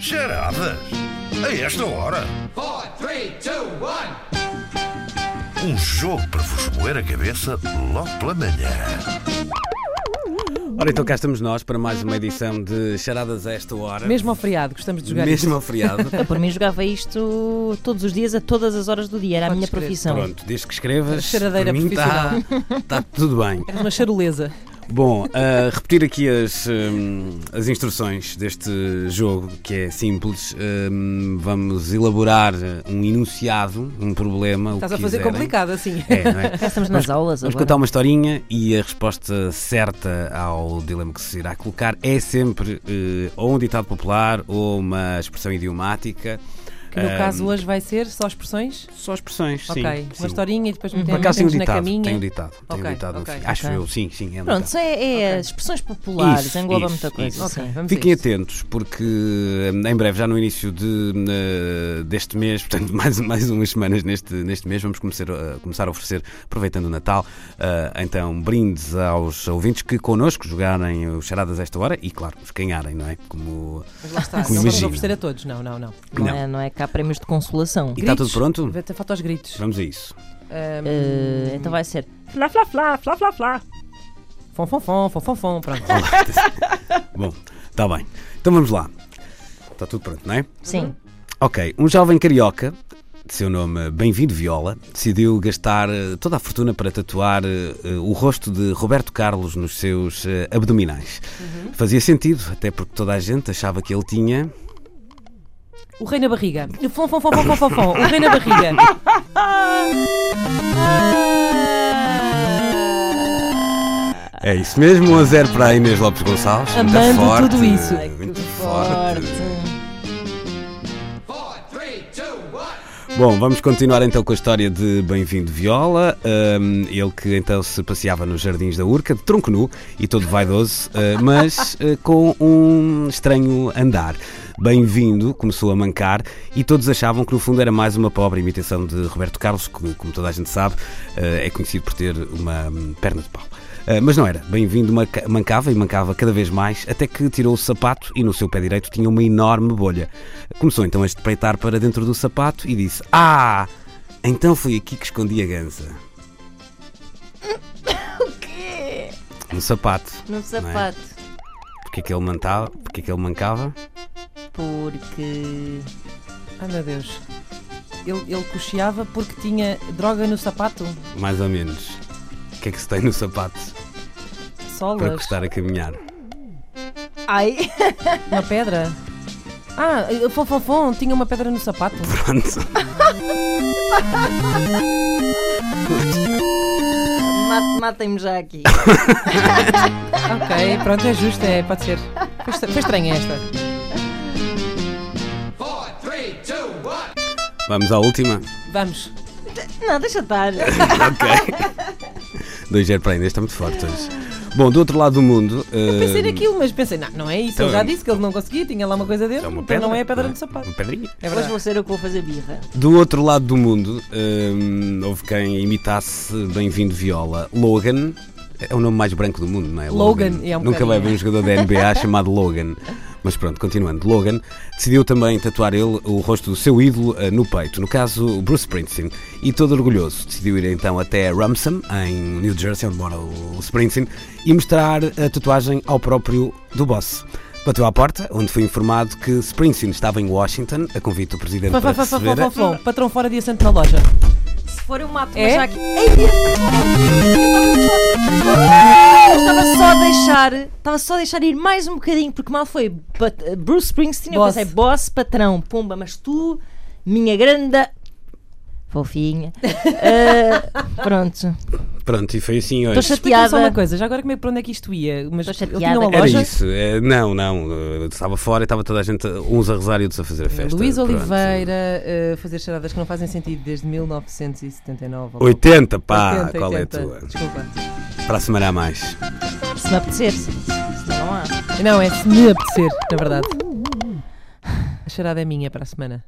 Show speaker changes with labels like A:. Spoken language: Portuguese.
A: Geradas? A esta hora?
B: four, three, two, one.
A: Um jogo para vos moer a cabeça logo pela manhã.
C: Ora, então cá estamos nós para mais uma edição de Charadas a esta hora.
D: Mesmo ao feriado, gostamos de jogar
C: Mesmo ao feriado.
E: Eu, por mim, jogava isto todos os dias, a todas as horas do dia. Era a
D: Podes
E: minha
D: crer.
E: profissão.
C: Pronto, desde que escrevas, para
D: Charadeira
C: mim está tá tudo bem.
D: isto. Uma charoleza.
C: Bom, ah, repetir aqui as, hum, as instruções deste jogo, que é simples. Hum, vamos elaborar um enunciado, um problema, o
D: Estás
C: que
D: a fazer
C: quiserem.
D: complicado assim.
C: É, não é?
E: Já estamos nas aulas
C: Vamos
E: agora.
C: contar uma historinha e a resposta certa ao dilema que se irá colocar é sempre eh, ou um ditado popular ou uma expressão idiomática.
D: Que no
C: Ahm,
D: caso hoje vai ser só expressões?
C: Só expressões,
D: ok.
C: um, sim.
D: Uma
C: sim.
D: historinha e depois
C: Por
D: metemos
C: acaso tem um
D: na
C: ditado,
D: caminha.
C: tem um ditado, tem
D: Ok,
C: um ditado no
D: ok,
C: fim. Acho
E: ok.
C: eu, sim, sim. É um
E: Pronto,
C: ditado.
E: só é, é
D: Ok.
E: expressões populares,
C: Isso,
E: engloba
C: isso,
E: muita coisa.
C: isso.
E: sim.
D: Ok, vamos a
C: Fiquem
D: isso.
C: atentos, porque hum, em breve, já no início de, eh, deste mês, portanto, mais, mais umas semanas neste, neste mês, vamos começar, a- começar a oferecer, aproveitando o Natal, eh, então, brindes aos ouvintes que connosco jogarem os charadas a esta hora e, claro, os ganharem, não é? Como.
D: Mas lá está, não
C: Como
D: vamos
C: imagina.
D: oferecer a todos. Não, não, não.
E: Não,
C: Não.
E: É, não é que há prémios de consolação.
C: E está tudo
D: Gritos.
C: pronto?
D: Até falta aos gritos.
C: Vamos a isso.
D: Ahm,
E: Eh, então vai ser.
D: Fom, fom, fom, fom, fom, fom. Pronto.
C: Bom, está bem. Então vamos lá. Está tudo pronto, não é?
E: Sim.
C: Ok, um jovem carioca, de seu nome Bem-vindo Viola, decidiu gastar eh, toda a fortuna para tatuar eh, eh, o rosto de Roberto Carlos nos seus eh, abdominais. Fazia sentido, até porque toda a gente achava que ele tinha.
D: O rei na barriga. Fom, fom, fom, fom, fom, fom, fom. O rei na barriga.
C: É isso mesmo, 1 a 0 para a Inês Lopes Gonçalves. muito
D: Amando
C: forte,
D: tudo isso.
C: Muito forte.
E: Forte.
B: Four, three, two, one.
C: Bom, vamos continuar então com a história de Bem-vindo Viola. Ahm, ele que então se passeava nos jardins da Urca, de tronco nu e todo vaidoso, ah, mas ah, com um estranho andar. Bem-vindo começou a mancar e todos achavam que no fundo era mais uma pobre imitação de Roberto Carlos, que, como toda a gente sabe, ah, é conhecido por ter uma hum, perna de pau. Ah, Mas não era. Bem-vindo manca- mancava e mancava cada vez mais, até que tirou o sapato e no seu pé direito tinha uma enorme bolha. Começou então a espreitar para dentro do sapato e disse: Ah! Então foi aqui que escondi a gansa. No sapato.
E: No sapato.
C: Porque é que ele mantava? Porque é que ele mancava?
E: Porque.
D: Ai meu Deus. Ele, ele cocheava porque tinha droga no sapato,
C: Mais ou menos. O que é que se tem no sapato para
D: solas,
C: custar a caminhar?
E: Ai!
D: uma pedra. Ah, eh, fom, fom, fom, tinha uma pedra no sapato.
C: Pronto.
E: Mate- Matem-me já aqui.
D: Ok, pronto, é justo, é, pode ser. Foi, estra- foi estranha esta.
B: Four, three, two, one.
C: Vamos à última.
D: Vamos.
E: Não, deixa estar.
C: Ok. 2-0 para a Inês, está muito forte hoje. Bom, do outro lado do mundo. ah, Eu
D: Pensei naquilo, mas pensei, não, não é isso.
C: Ehm, então-
D: Ele já disse que ele não conseguia, tinha lá uma coisa dentro,
C: É uma
D: então
C: pedra,
D: não é a pedra
C: não é?
D: no sapato.
C: Uma pedrinha.
D: É
E: Hoje
D: verdade.
E: vou ser eu que vou fazer birra.
C: Do outro lado do mundo, hum, houve quem imitasse Bem-vindo Viola. Logan é o nome mais branco do mundo, não é?
D: Logan, é um
C: Nunca vai
D: bocadinho.
C: haver um jogador da NBA chamado Logan. Mas pronto, continuando. Logan decidiu também tatuar ele o rosto do seu ídolo eh, no peito, no caso Bruce Springsteen. E todo orgulhoso, decidiu ir então até Rumson, em New Jersey, onde mora o Springsteen, e mostrar a tatuagem ao próprio do boss. Bateu à porta, onde foi informado que Springsteen estava em Washington, a convite do presidente
D: Fom,
C: para
D: fom, fom, fom,
C: receber.
D: fom, fom, patrão fora dia santo na loja.
E: Se for eu mato-me
D: É?
E: um já aqui. Ei, Deus! Eu Estava só a deixar, estava só a deixar ir mais um bocadinho, porque mal foi pat- Bruce Springsteen, eu
D: Boss.
E: pensei, boss, patrão, pumba, mas tu, minha grande fofinha. Ah, pronto.
C: Pronto, e foi assim
D: Então
C: hoje.
E: Estou chateada.
D: Explica-me só uma coisa, já agora como é que para onde é que isto ia? Mas
E: Estou
D: ele tinha
E: chateada.
D: uma
C: Era
D: loja.
C: isso, é, não, não, eh, estava fora e estava toda a gente, uns a rezar e outros a fazer a festa.
D: Luís
C: Pronto.
D: Oliveira eh, fazer charadas que não fazem sentido desde 1979.
C: 80, pá,
D: 80,
C: qual
D: 80,
C: é a tua?
D: Desculpa.
C: Para a semana há mais.
E: Se me apetecer, Então se não há.
D: Não, é se me apetecer, na verdade. A charada é minha para a semana.